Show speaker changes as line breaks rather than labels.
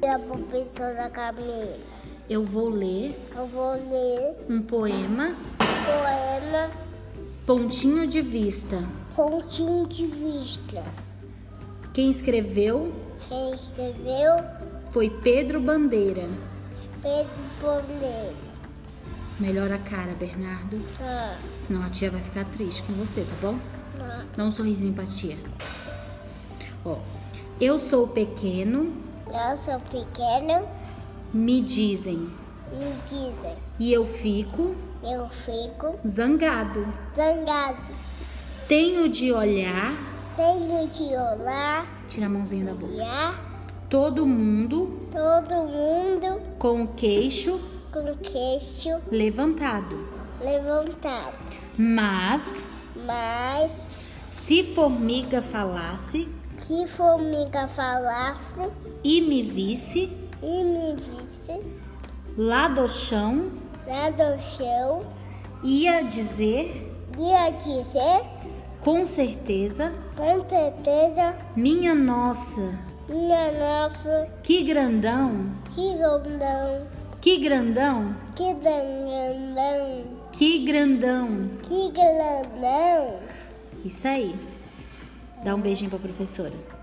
da professora Camila.
Eu vou ler
Eu vou ler
um poema,
poema
Pontinho de Vista.
Pontinho de Vista.
Quem escreveu
Quem escreveu
foi Pedro Bandeira.
Pedro Bandeira.
Melhora a cara, Bernardo,
Ah,
senão a tia vai ficar triste com você, tá bom?
ah.
Dá um sorrisinho pra tia. Ó, eu sou pequeno,
Eu sou pequeno,
me dizem,
me dizem.
e eu fico
Eu fico
zangado.
zangado.
Tenho de olhar,
Tenho de olhar,
tira a mãozinha da boca.
olhar
Todo mundo
todo mundo
com o queixo
com o queixo
levantado.
levantado.
Mas
Mas
se formiga falasse
que formiga falasse
e me visse
e me visse
lá do chão,
lá do chão,
ia dizer
ia dizer
com certeza:
com certeza,
Minha nossa,
minha nossa,
que grandão,
que grandão,
que grandão,
que grandão,
que grandão.
que grandão.
Isso aí. Dá um beijinho pra professora.